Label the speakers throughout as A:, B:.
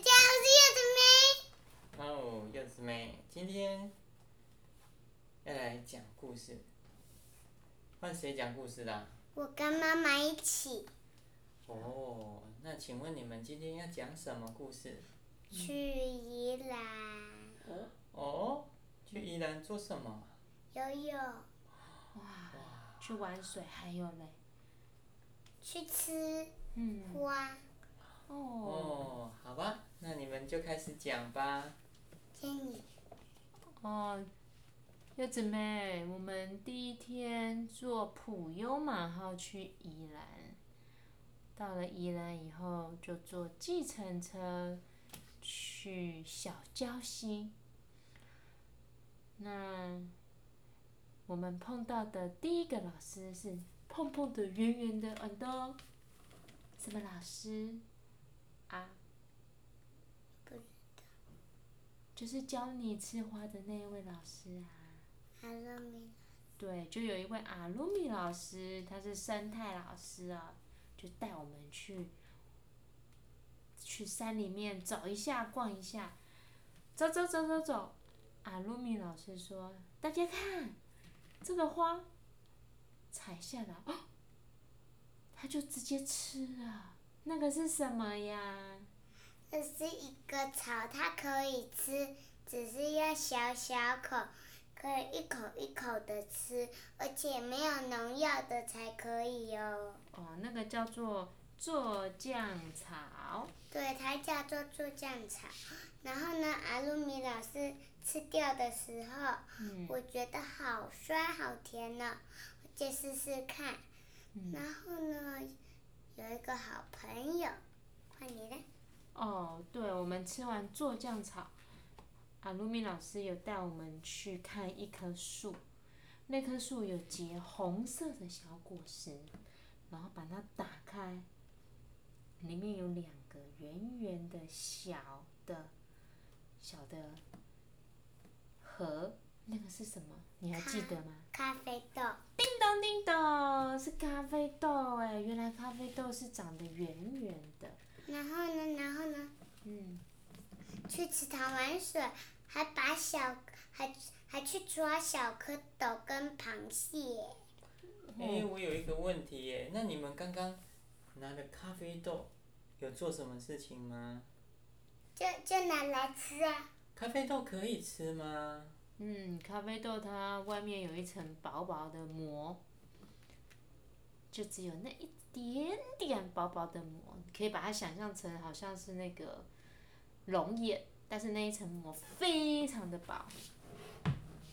A: 姊哦妹，今天要来讲故事。换谁讲故事啊啦？
B: 我跟妈妈一起
A: 哦，那请问你们今天要讲什么故事？
B: 去宜兰
A: 哦，去宜兰做什么？
B: 游泳，
C: 哇，去玩水还有嘞，
B: 去吃
C: 嗯，
B: 花。
C: 哦，
A: 哦，好吧，那你们就开始讲吧。
B: 天你
C: 哦，柚子妹，我们第一天坐普悠玛号去宜兰，到了宜兰以后就坐计程车去小礁溪。那我们碰到的第一个老师是胖胖的、圆圆的，嗯的，什么老师啊？
B: 不知道
C: 就是教你吃花的那一位老师啊。
B: 阿乐明，
C: 对，就有一位阿鲁米老师，他是生态老师啊，就带我们去去山里面走一下、逛一下，走走走走走。阿鲁米老师说：“大家看，这个花采下来，哦，他就直接吃了。那个是什么呀？
B: 这是一个草，它可以吃，只是要小小口，可以一口一口的吃，而且没有农药的才可以哦。
C: 哦，那个叫做做酱草。
B: 对，它叫做助酱草。然后呢，阿鲁米老师吃掉的时候，
C: 嗯
B: 我觉得好酸好甜呢、我去试试看。
C: 嗯
B: 然后呢，有一个好朋友，换你了。
C: 哦，对，我们吃完做酱草，阿鲁米老师有带我们去看一棵树，那棵树有结红色的小果实，然后把它打开，里面有两个圆圆的小的小的盒，那个是什么？你还记得吗？
B: 咖啡豆，
C: 叮咚叮咚，是咖啡豆哎，原来咖啡豆是长得圆圆的，
B: 然后呢，然后呢，
C: 嗯。
B: 去池塘玩水，还把小还还去抓小蝌蚪跟螃蟹。
A: 诶，我有一个问题耶，那你们刚刚拿的咖啡豆有做什么事情吗？
B: 就就拿来吃啊！
A: 咖啡豆可以吃吗？
C: 嗯，咖啡豆它外面有一层薄薄的膜，就只有那一点点薄薄的膜，你可以把它想象成好像是那个龙眼，但是那一层膜非常的薄，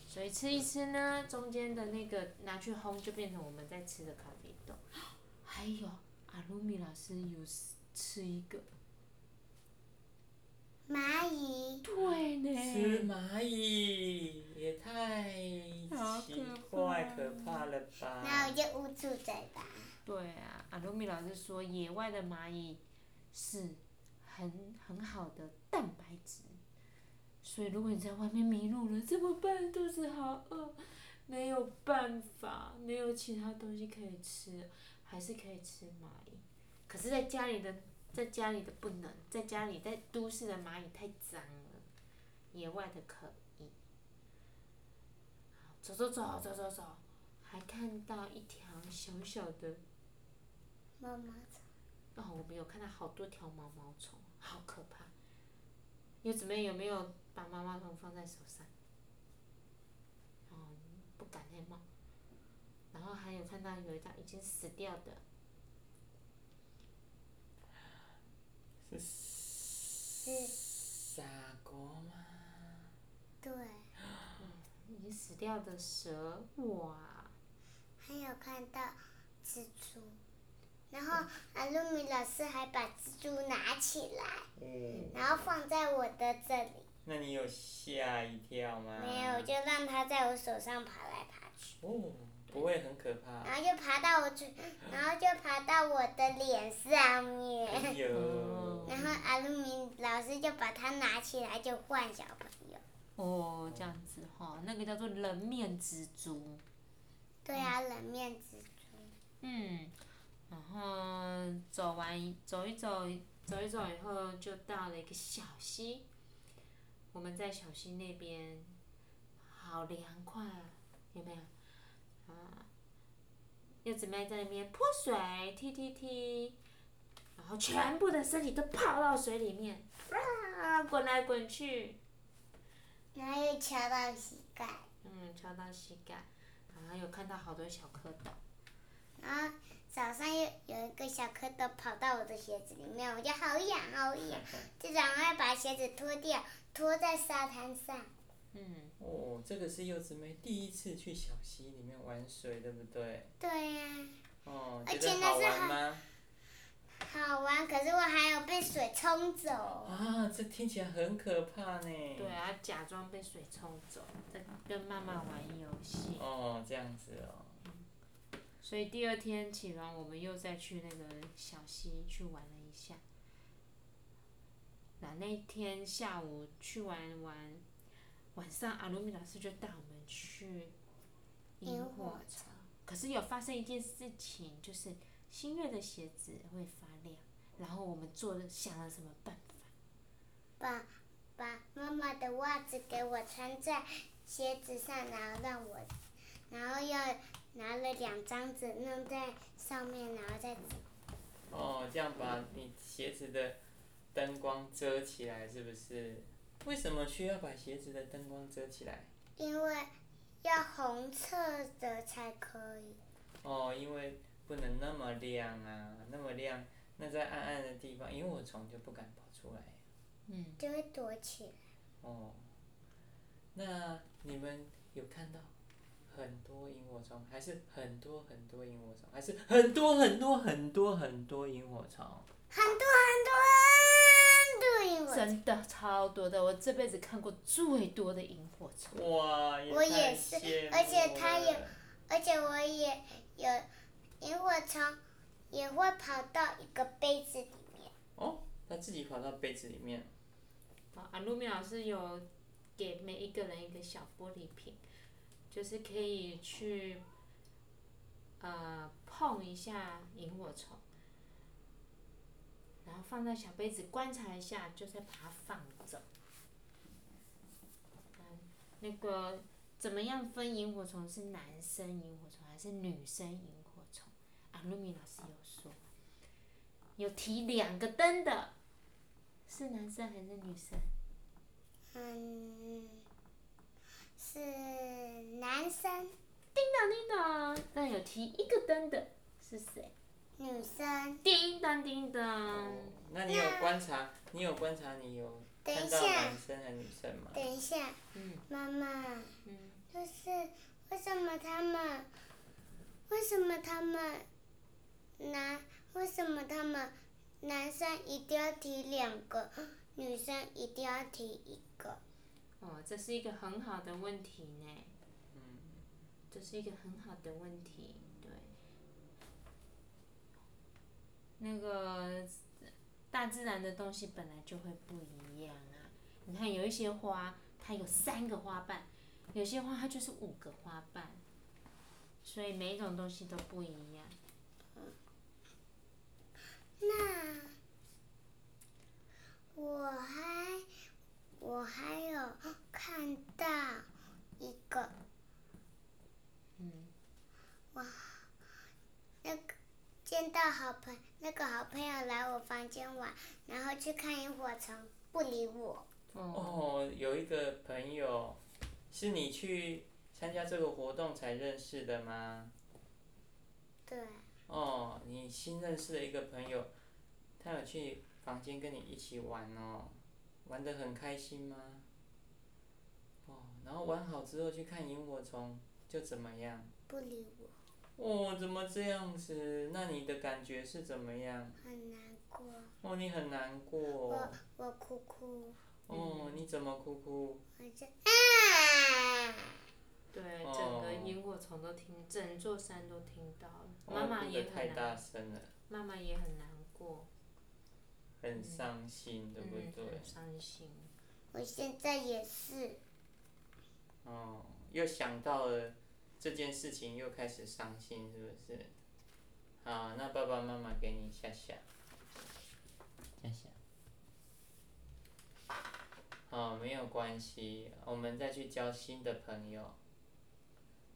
C: 所以吃一吃呢，中间的那个拿去烘就变成我们在吃的咖啡豆。 还有阿鲁米老师有吃一个，
B: 蚂蚁，
C: 对
A: 吃
C: 呢，
A: 蚂蚁也太
C: 好
A: 奇
C: 可怕
A: 怪可怕了
B: 那我
A: 吧？
B: 就捂住嘴巴。
C: 对啊，阿鲁米老师说，野外的蚂蚁是很很好的蛋白质，所以如果你在外面迷路了，怎么办？肚子好饿，没有办法，没有其他东西可以吃，还是可以吃蚂蚁。可是，在家里的在家里的不能，在家里在都市的蚂蚁太脏了，野外的可以。好走走走走走走，还看到一条小小的
B: 妈妈，
C: 哦，我们有看到好多条毛毛虫，好可怕！有姊妹有没有把毛毛虫放在手上？哦，不敢黑猫。然后还有看到有一条已经死掉的，
A: 是傻狗吗？
B: 对，
C: 已经死掉的蛇，哇！
B: 还有看到蜘蛛，然后阿鲁米老师还把蜘蛛拿起来。
A: 哦，
B: 然后放在我的这里，
A: 那你有吓一跳吗？
B: 没有，我就让它在我手上爬来爬去，
A: 哦，不会很可怕。
B: 然后就爬到我嘴，然后就爬到我的脸上
A: 哎
B: 面，
A: 呦
C: 哦，
B: 然后阿鲁米老师就把它拿起来就换小朋友。
C: 哦，这样子哈、那个叫做人面蜘蛛。
B: 对啊，冷面蜘蛛，
C: 嗯，然后走完走一走，走一走以后就到了一个小溪，我们在小溪那边，好凉快啊，有没有？啊，柚子妹在那边泼水，踢踢踢，然后全部的身体都泡到水里面，啊，滚来滚去，
B: 然后又敲到膝盖，
C: 嗯，敲到膝盖，然后有看到好多小蝌蚪，
B: 然后早上又有一个小蝌蚪跑到我的鞋子里面，我就好痒好痒，就赶快把鞋子脱掉，脱在沙滩上。
C: 嗯，
A: 哦，这个是柚子妹第一次去小溪里面玩水，对不对？
B: 对呀、
A: 哦，
B: 而
A: 觉
B: 且
A: 得
B: 那
A: 好
B: 是
A: 玩吗？
B: 好玩，可是我还有被水冲走。
A: 啊，这听起来很可怕呢。
C: 对啊，假装被水冲走，再跟妈妈玩游戏。
A: 哦，这样子哦。
C: 所以第二天起床，我们又再去那个小溪去玩了一下。那那天下午去玩玩，晚上阿鲁米老师就带我们去萤火虫。可是有发生一件事情，就是新月的鞋子会发亮，然后我们做了想了什么办法？
B: 把把妈妈的袜子给我穿在鞋子上，然后让我，然后又拿了两张纸弄在上面，然后再
A: 哦，这样把你鞋子的灯光遮起来，是不是？为什么需要把鞋子的灯光遮起来？
B: 因为要红色的才可以。
A: 哦，因为不能那么亮啊，那么亮，那在暗暗的地方，萤火虫就不敢跑出来。
C: 嗯，
B: 就会躲起来。
A: 哦，那你们有看到很多萤火虫，还是很多很多萤火虫，还是很多很多很多很多萤火虫？
B: 很多很多很多萤火
C: 真的超多的，我这辈子看过最多的萤火虫。
A: 哇，
B: 我
A: 太
B: 也是
A: 羡
B: 而且
A: 慕
B: 它也
A: 了
B: 而且我也有萤火虫，也会跑到一个杯子里面。
A: 哦，它自己跑到杯子里面。
C: 啊，阿露米老师有给每一个人一个小玻璃瓶，就是可以去呃碰一下萤火虫，然后放在小杯子观察一下，就再把它放走。嗯，那个怎么样分萤火虫是男生萤火虫还是女生萤火虫？阿露米老师有说，有提两个灯的。是男生还是女生？
B: 嗯，是男生、
C: 叮当叮当，那有提一个灯的是谁？
B: 女生。
C: 叮当叮
A: 哦
C: 当，，
A: 那你有观察？你有观察？你有
B: 等一
A: 看到
B: 下
A: 男生和女生吗？
B: 等一下，
C: 嗯
B: 妈妈，
C: 嗯，
B: 就是为什么他们，为什么他们男，为什么他们男生一定要提两个，女生一定要提一个？
C: 哦，这是一个很好的问题呢，
A: 嗯，
C: 这是一个很好的问题，对。那个大自然的东西本来就会不一样啊，你看有一些花，它有三个花瓣，有些花它就是五个花瓣，所以每一种东西都不一样。
B: 那我还我还有看到一个，
C: 嗯，
B: 哇，那个见到好朋那个好朋友来我房间玩，然后去看萤火虫，不理我。
C: 哦，
A: 哦，有一个朋友，是你去参加这个活动才认识的吗？
B: 对，
A: 哦，你新认识的一个朋友，他有去房间跟你一起玩哦，玩得很开心吗？哦，然后玩好之后去看萤火虫，就怎么样？
B: 不理我，
A: 哦，怎么这样子？那你的感觉是怎么样？
B: 很难过，
A: 哦，你很难过。
B: 我哭哭，
C: 嗯
A: 哦，你怎么哭哭？
B: 我就啊，
C: 对，
A: 哦
C: 整个萤火虫都听，整座山都听到了，妈
A: 哦
C: 妈
A: 哭
C: 也
A: 得太
C: 很
A: 大
C: 难，
A: 声了，
C: 妈妈也很难过，
A: 很伤心，对不
C: 嗯，
A: 对？
C: 很伤心。
B: 我现在也是，
C: 嗯
A: 哦，又想到了这件事情，又开始伤心，是不是？好，那爸爸妈妈给你下下，下下。好，没有关系，我们再去交新的朋友。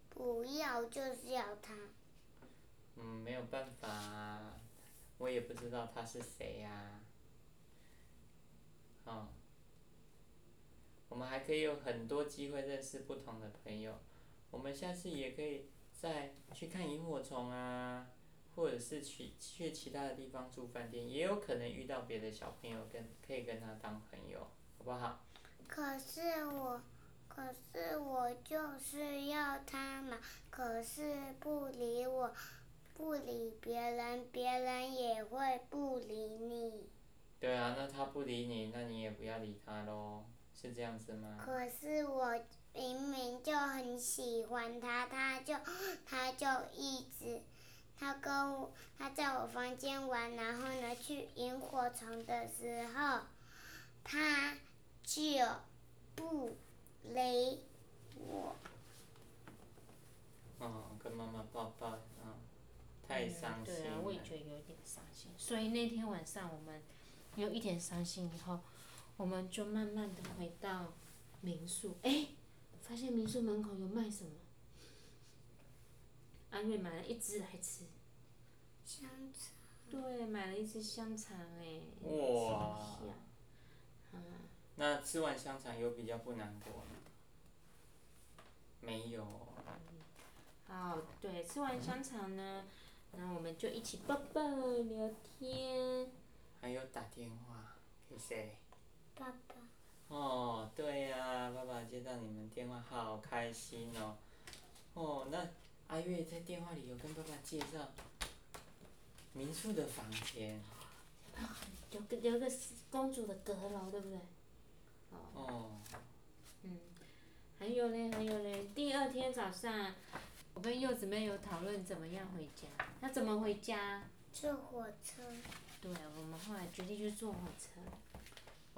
B: 不要就是要它。
A: 嗯，没有办法啊，我也不知道他是谁呀、哦，我们还可以有很多机会认识不同的朋友，我们下次也可以再去看萤火虫啊，或者是去去其他的地方住饭店，也有可能遇到别的小朋友跟可以跟他当朋友，好不好？
B: 可是我，可是我就是要它嘛，可是不理我，不理别人，别人也会不理你。
A: 对啊，那他不理你，那你也不要理他喽，是这样子吗？
B: 可是我明明就很喜欢他，他就他就一直，他跟我他在我房间玩，然后呢去萤火虫的时候，他就不理我。
A: 嗯，跟妈妈抱抱，嗯，太伤心
C: 对
A: 了。
C: 啊，我也觉得有点伤心。所以那天晚上我们有一点伤心以后，我们就慢慢的回到民宿。哎，发现民宿门口有卖什么？阿瑞买了一只来吃。
B: 香肠
C: 对，买了一只香肠哎。
A: 哇
C: 吃一下嗯
A: 那吃完香肠有比较不难过吗？没有，
C: 好，对，吃完香肠呢，然后我们就一起抱抱聊天。
A: 还有打电话给谁？
B: 爸爸，
A: 哦，对呀、爸爸接到你们电话好开心哦。哦，那阿月在电话里有跟爸爸介绍民宿的房间。
C: 有个有个公主的阁楼，对不对？
A: 哦，
C: 还有嘞，还有嘞，第二天早上，我跟柚子妹有讨论怎么样回家，要怎么回家？
B: 坐火车，
C: 对，我们后来决定去坐火车。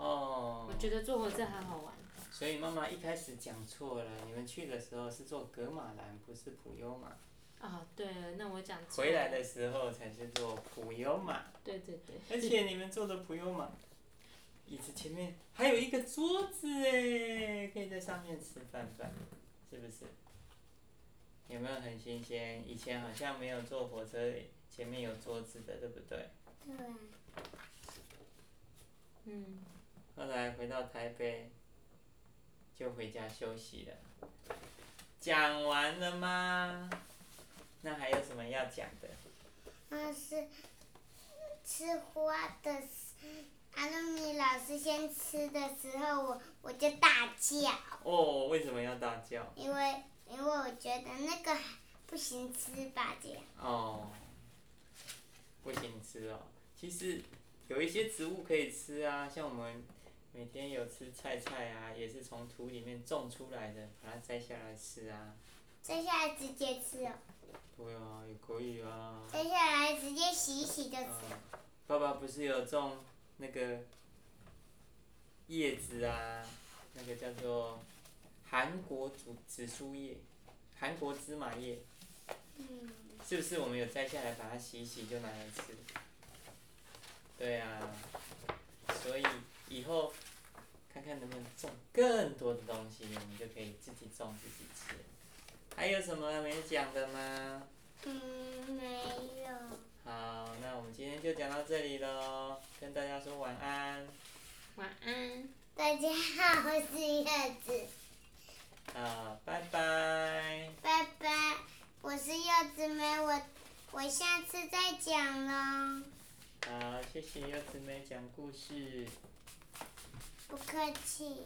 A: 哦
C: 我，觉得坐火车好好玩。
A: 所以妈妈一开始讲错了，你们去的时候是坐格马兰，不是普悠玛。
C: 哦，对了，那我讲错
A: 回来。的时候才是坐普悠玛。
C: 对对对。
A: 而且你们坐的不用嘛，椅子前面还有一个桌子哎，可以在上面吃饭饭，是不是？有没有很新鲜？以前好像没有坐火车前面有桌子的，对不对？
B: 对啊，
C: 嗯，
A: 后来回到台北，就回家休息了。讲完了吗？那还有什么要讲的？
B: 那是吃花的时，阿鲁米老师先吃的时候，我我就大叫。
A: 哦，为什么要大叫？
B: 因为因为我觉得那个还不行吃吧，这样
A: 哦，不行吃哦。其实有一些植物可以吃啊，像我们每天有吃菜菜啊，也是从土里面种出来的，把它摘下来吃啊。
B: 摘下来直接吃哦，
A: 对啊，也可以啊。
B: 摘下来直接洗一洗就
A: 嗯
B: 吃。，
A: 爸爸不是有种那个叶子啊，那个叫做韩国紫紫苏叶，韩国芝麻叶，
B: 嗯，
A: 是不是我们有摘下来把它洗一洗就拿来吃？对啊，所以以后看看能不能种更多的东西，我们就可以自己种自己吃。还有什么没讲的吗？
B: 嗯，没有，
A: 好，那我们今天就讲到这里喽，跟大家说晚安。
C: 晚安。
B: 大家好，我是叶子，
A: 好，拜拜。
B: 拜拜，我是柚子梅，我我下次再讲喽，
A: 好，谢谢柚子妹讲故事。
B: 不客气。